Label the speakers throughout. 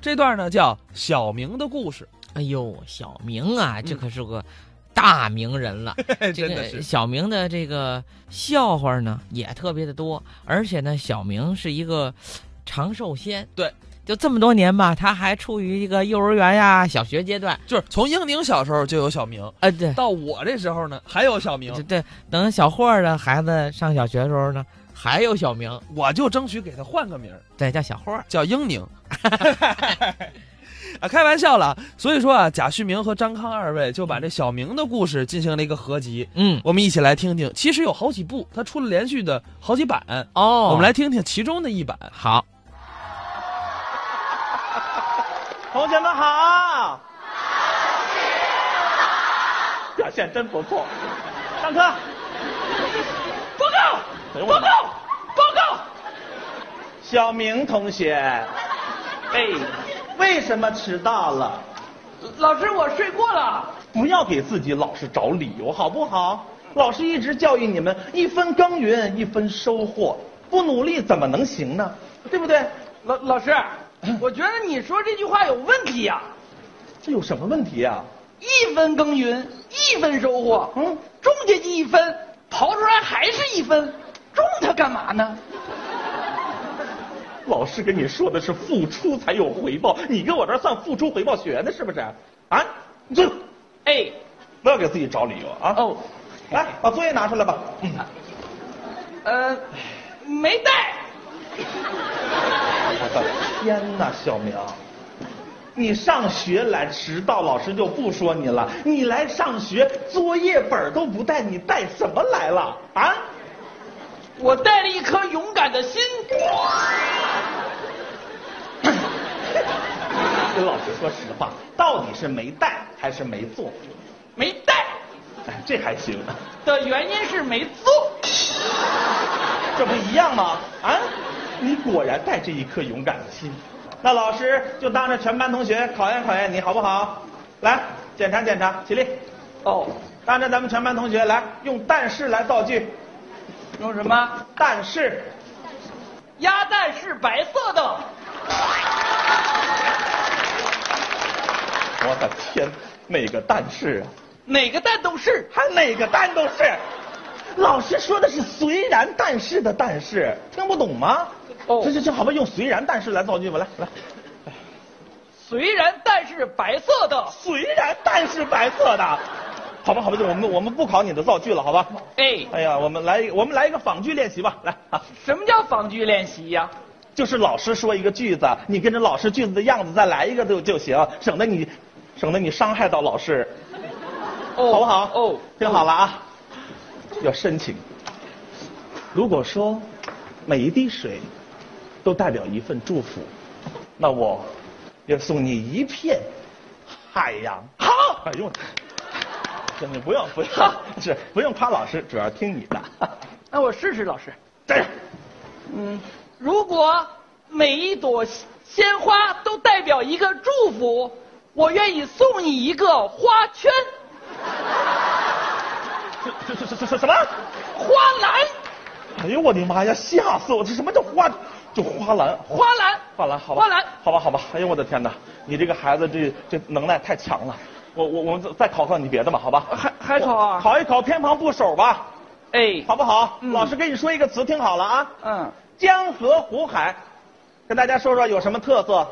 Speaker 1: 这段呢叫小明的故 事，
Speaker 2: 哎呦，小明啊，这可是个大名 人了。这
Speaker 1: 嗯哎真的
Speaker 2: 个
Speaker 1: 是
Speaker 2: 小明的这个笑话呢也特别的多，而且呢，小明是一个长寿仙。
Speaker 1: 对。
Speaker 2: 就这么多年吧，他还处于一个幼儿园呀、小学阶 段，
Speaker 1: 就是从英宁小时候就有小 明，
Speaker 2: 呃，对，
Speaker 1: 到我这时候呢还有小明
Speaker 2: 对，对，等小霍儿的孩子上小学的时候呢，还有小明，
Speaker 1: 我就争取给他换个名儿，
Speaker 2: 对，叫小霍儿。
Speaker 1: 叫英 宁。啊，开玩笑了。所以说啊，贾旭明和张康二位就把这小明的故事进行了一个合集，
Speaker 2: 嗯，
Speaker 1: 我们一起来听听。其实有好几部，它出了连续的好几版，
Speaker 2: 哦，
Speaker 1: 我们来听听其中的一版。
Speaker 2: 好，
Speaker 3: 同学们好，表现真不错。上课，报告，报告，报告。小明同学，哎，为什么迟到了？
Speaker 4: 老师，我睡过了。
Speaker 3: 不要给自己老是找理由，好不好？老师一直教育你们，一分耕耘一分收获，不努力怎么能行呢？对不对？
Speaker 4: 老老师，我觉得你说这句话有问题呀、
Speaker 3: 这有什么问题呀、
Speaker 4: 一分耕耘一分收获，
Speaker 3: 嗯
Speaker 4: 嗯，种下去一分，刨出来还是一分，种它干嘛呢？
Speaker 3: 老师跟你说的是付出才有回报，你跟我这儿算付出回报学呢，是不是？啊，你这
Speaker 4: 哎，
Speaker 3: 不要给自己找理由啊！
Speaker 4: 哦，
Speaker 3: 来把作业拿出来吧。嗯，
Speaker 4: 呃，没带。
Speaker 3: 我的天哪，小明，你上学来迟到，老师就不说你了。你来上学，作业本都不带，你带什么来了？啊？
Speaker 4: 我带了一颗勇敢的心。
Speaker 3: 跟老师说实话，到底是没带还是没做？
Speaker 4: 没带
Speaker 3: 哎，这还行，
Speaker 4: 的原因是没做。
Speaker 3: 这不一样吗？啊，你果然带着一颗勇敢的心。那老师就当着全班同学考验考验你好不好？来，检查检查，起立。
Speaker 4: 哦，
Speaker 3: 当着咱们全班同学来，用但是来造句。
Speaker 4: 用什么？
Speaker 3: 但是，
Speaker 4: 鸭蛋是白色的。
Speaker 3: 我的天，哪个但是啊？
Speaker 4: 哪个蛋都是。
Speaker 3: 还哪个但都是？老师说的是虽然但是的但是，听不懂吗？
Speaker 4: 哦
Speaker 3: 这这这，好吧，用虽然但是来造句吧，来来。
Speaker 4: 虽然蛋是白色的，
Speaker 3: 虽然蛋是白色的，好吧，好吧，我们我们不考你的造句了，好吧？
Speaker 4: 哎，
Speaker 3: 哎呀，我们来一我们来一个仿句练习吧，来啊，
Speaker 4: 什么叫仿句练习呀、
Speaker 3: 就是老师说一个句子，你跟着老师句子的样子再来一个就就行，省得你省得你伤害到老师，
Speaker 4: 哦
Speaker 3: 好不好？
Speaker 4: 哦，
Speaker 3: 听好了啊，要深情。如果说每一滴水都代表一份祝福，那我要送你一片海洋。
Speaker 4: 好，
Speaker 3: 哎呦，真的不用不用， 是不用夸老师，主要听你的。
Speaker 4: 那我试试，老师。
Speaker 3: 这样，
Speaker 4: 嗯，如果每一朵鲜花都代表一个祝福，我愿意送你一个花圈、
Speaker 3: 这这这这这什么？
Speaker 4: 花篮、
Speaker 3: 哎呦我的妈呀！吓死我！这什么叫花？就花篮，
Speaker 4: 花篮、
Speaker 3: 花篮，好吧，
Speaker 4: 花篮
Speaker 3: 好吧，好吧。哎呦我的天哪！你这个孩子这这能耐太强了。我我我们再考考你别的吧，好吧？
Speaker 4: 还还考啊
Speaker 3: 考一考偏旁部首吧，
Speaker 4: 哎，
Speaker 3: 好不好？
Speaker 4: 嗯
Speaker 3: 老师跟你说一个词，听好了啊。
Speaker 4: 嗯，
Speaker 3: 江河湖海，跟大家说说有什么特色？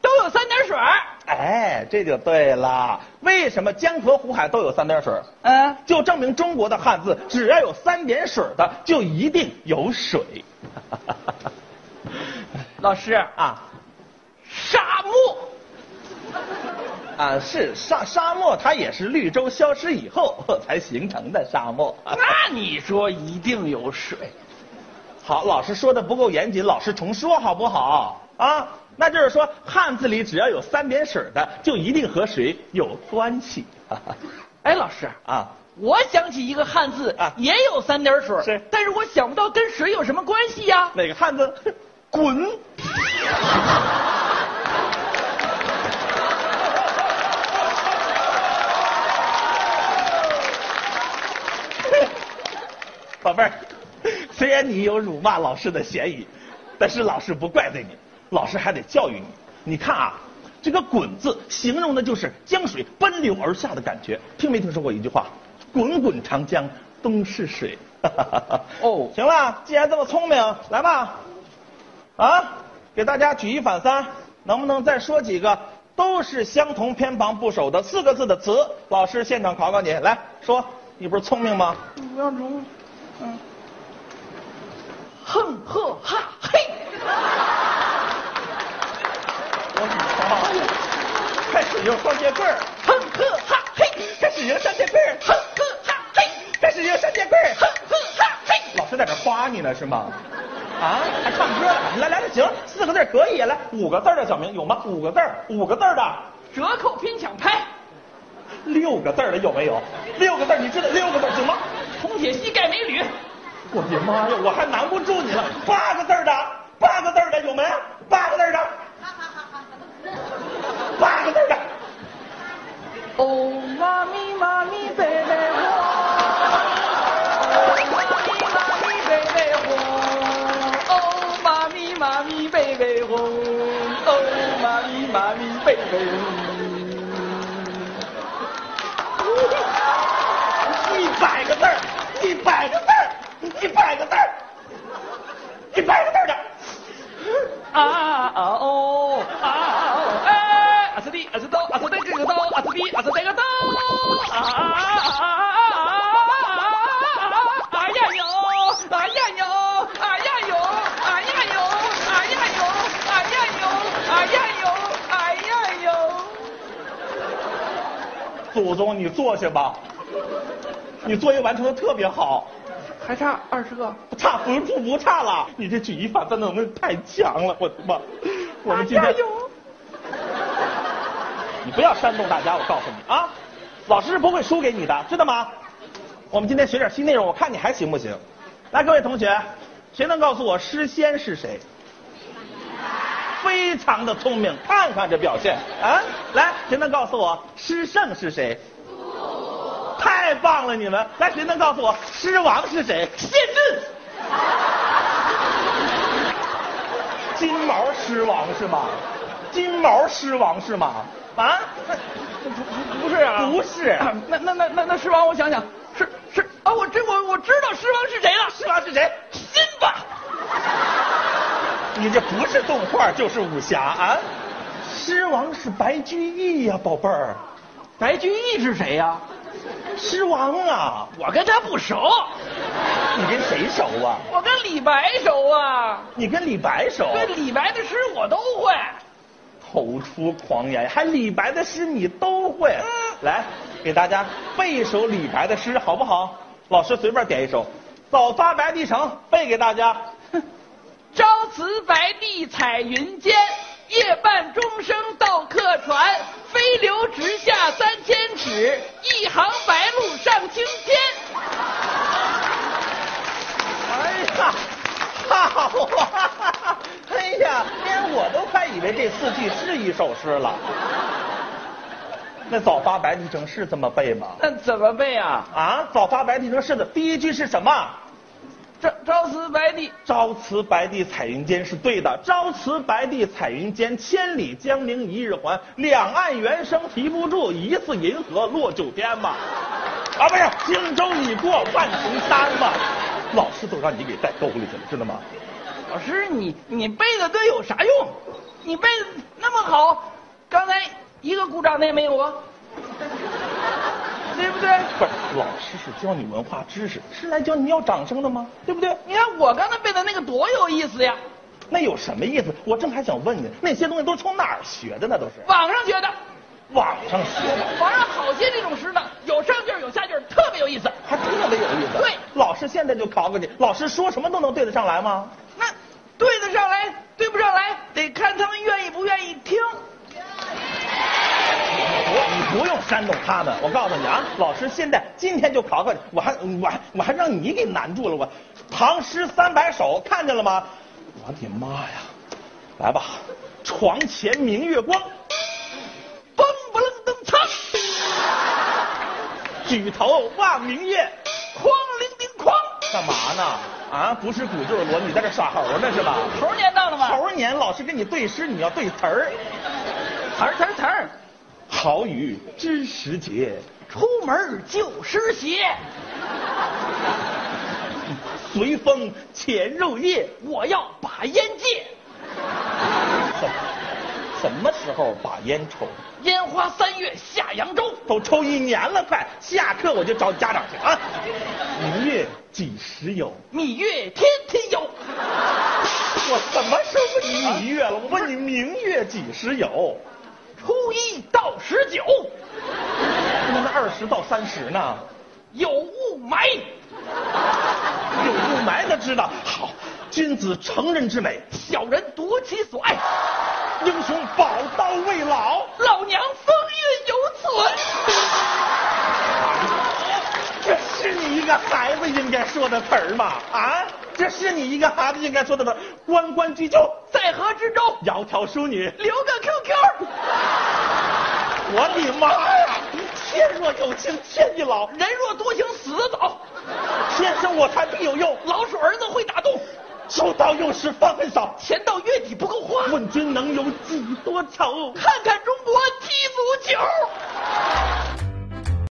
Speaker 4: 都有三点水儿。
Speaker 3: 哎，这就对了。为什么江河湖海都有三点水？
Speaker 4: 嗯，
Speaker 3: 就证明中国的汉字只要有三点水的，就一定有水。
Speaker 4: 老师，
Speaker 3: 啊
Speaker 4: 沙漠。
Speaker 3: 啊，是沙沙漠，它也是绿洲消失以后才形成的沙漠。
Speaker 4: 那你说一定有水？
Speaker 3: 好，老师说的不够严谨，老师重说好不好？啊，那就是说汉字里只要有三点水的，就一定和水有关系。
Speaker 4: 哎，老师，
Speaker 3: 啊，
Speaker 4: 我想起一个汉字
Speaker 3: 啊
Speaker 4: 也有三点水，
Speaker 3: 是
Speaker 4: 但是我想不到跟水有什么关系呀、
Speaker 3: 哪个汉字？ 滚！ 宝贝儿，虽然你有辱骂老师的嫌疑，但是老师不怪罪你，老师还得教育你。你看啊，这个“滚”字形容的就是江水奔流而下的感觉。听没听说过一句话？“滚滚长江东逝水。”
Speaker 4: 哦
Speaker 3: 行了，既然这么聪明，来吧，啊，给大家举一反三，能不能再说几个都是相同偏旁部首的四个字的词？老师现场考考你，来说，你不是聪明吗？
Speaker 4: 不要中，嗯，哼呵哈嘿，
Speaker 3: 我靠！开始用双截棍儿，
Speaker 4: 哼呵哈嘿，
Speaker 3: 开始用双截棍儿，
Speaker 4: 哼呵哈嘿，
Speaker 3: 开始用双截棍儿。
Speaker 4: 哼呵哈嘿，
Speaker 3: 老师在这夸你呢是吗？啊，还唱歌呢？来来来，行，四个字儿可以，来五个字儿的小明有吗？五个字儿，五个字儿的，
Speaker 4: 折扣拼抢拍，
Speaker 3: 六个字儿的有没有？六个字儿，你知道六个字儿行吗？
Speaker 4: 红铁膝盖美女，
Speaker 3: 我的妈呀，我还难不住你了。八个字儿的，八个字儿的有没？八个字儿的，八个字儿的，
Speaker 4: 哦妈咪妈咪贝贝火，哦妈咪妈咪贝贝火，哦妈咪妈咪贝贝火，哦妈咪妈咪贝
Speaker 3: 一
Speaker 4: 贝火。
Speaker 3: 百个字儿，一百个字儿，一百个字儿，一百个字儿的。
Speaker 4: 啊啊哦啊啊哦哎，啊是的，啊是刀，啊是的这个刀，啊是的，啊是这个刀，啊啊啊啊啊呀哟，啊呀哟，啊呀哟，啊呀哟，啊呀哟，啊呀哟，啊呀哟，啊呀哟，
Speaker 3: 祖宗，你坐下吧，你作业完成的特别好，
Speaker 4: 还差二十个。
Speaker 3: 不差不不不差了，你这举一反三的能力太强了，我的妈！我们今
Speaker 4: 啊呀
Speaker 3: 天
Speaker 4: 哟，
Speaker 3: 你不要煽动大家，我告诉你啊，老师是不会输给你的，知道吗？我们今天学点新内容，我看你还行不行？来，各位同学，谁能告诉我诗仙是谁？非常的聪明，看看这表现啊！来，谁能告诉我诗圣是谁？太棒了，你们！来，谁能告诉我狮王是谁？
Speaker 4: 谢震，
Speaker 3: 金毛狮王是吗？金毛狮王是吗？啊？
Speaker 4: 不是啊
Speaker 3: 不是，
Speaker 4: 那那那那那狮王，我想想，是是啊，我知我我知道狮王是谁了，
Speaker 3: 狮王是谁？
Speaker 4: 辛巴。
Speaker 3: 你这不是动画就是武侠啊！狮王是白居易呀、宝贝儿，
Speaker 4: 白居易是谁呀、
Speaker 3: 狮王啊，
Speaker 4: 我跟他不熟，
Speaker 3: 你跟谁熟啊？
Speaker 4: 我跟李白熟啊，
Speaker 3: 你跟李白熟？
Speaker 4: 对李白的诗我都会。
Speaker 3: 口出狂言，还李白的诗你都会？
Speaker 4: 嗯
Speaker 3: 来，给大家背一首李白的诗好不好？老师随便点一首，《早发白帝城》背给大家。
Speaker 4: 朝辞白帝彩云间，夜半钟声到客船。飞流直下三千尺，一行白鹭上青天。
Speaker 3: 哎呀，好啊！哎呀，连我都快以为这四句是一首诗了。那早发白帝城是这么背吗？
Speaker 4: 那怎么背啊？
Speaker 3: 啊，早发白帝城是的，第一句是什么？
Speaker 4: 朝朝辞白帝，
Speaker 3: 朝辞白帝彩云间是对的。朝辞白帝彩云间，千里江陵一日还。两岸猿声啼不住，疑似银河落九天嘛。啊，不是，轻舟已过万重山嘛。老师都让你给带沟里去了，知道吗？
Speaker 4: 老师你你背的对有啥用？你背的那么好，刚才一个鼓掌的也没有啊，对不对？
Speaker 3: 不是，老师是教你文化知识，是来教你要掌声的吗？对不对？
Speaker 4: 你看我刚才背的那个多有意思呀，
Speaker 3: 那有什么意思？我正还想问你，那些东西都从哪儿学的呢？都是
Speaker 4: 网上学的，
Speaker 3: 网上学的，
Speaker 4: 网上好些这种诗呢，有上句儿有下句儿，特别有意思。
Speaker 3: 还特别有意思。
Speaker 4: 对
Speaker 3: 老师现在就考考你，老师说什么都能对得上来吗？
Speaker 4: 那对得上来，对不上来，得看他们愿意不愿意听。
Speaker 3: 不，你不用煽动他们。我告诉你啊，老师现在今天就考考你，我还我还我还让你给难住了。我《唐诗三百首》看见了吗？我的妈呀！来吧，床前明月光。
Speaker 4: 嘣不楞登噌，
Speaker 3: 举头望明月，
Speaker 4: 哐铃叮哐，
Speaker 3: 干嘛呢？啊，不是鼓就是锣，你在这耍猴呢是吧？
Speaker 4: 啊猴年到了吗？
Speaker 3: 猴年老师跟你对诗，你要对词儿。
Speaker 4: 词儿词儿词儿，
Speaker 3: 好雨知时节，
Speaker 4: 出门就湿鞋。
Speaker 3: 随风潜入夜。
Speaker 4: 我要把烟戒，
Speaker 3: 什什么时候把烟抽？
Speaker 4: 烟花三月下扬州，
Speaker 3: 都抽一年了，快！下课我就找家长去啊！明月几时有？
Speaker 4: 蜜月天天有。
Speaker 3: 我什么时候你明月了？我问你明月几时有？
Speaker 4: 初一到十九
Speaker 3: 那那二十到三十呢？
Speaker 4: 有雾霾，
Speaker 3: 有雾霾的知道。好，君子成人之美，
Speaker 4: 小人夺其所爱，
Speaker 3: 英雄宝刀未老。
Speaker 4: 老娘风韵犹存。
Speaker 3: 这是你一个孩子应该说的词儿吗？啊，这是你一个孩子应该说的词儿。关关雎鸠，
Speaker 4: 在河之洲
Speaker 3: 窈窕淑女。
Speaker 4: 留个 QQ，
Speaker 3: 我的妈呀！天若有情天亦老，
Speaker 4: 人若多情死得早，
Speaker 3: 天生我材必有用。
Speaker 4: 老鼠儿子会打洞，
Speaker 3: 手到用时方恨少，
Speaker 4: 钱到月底不够花。
Speaker 3: 问君能有几多愁？
Speaker 4: 看看中国踢足球。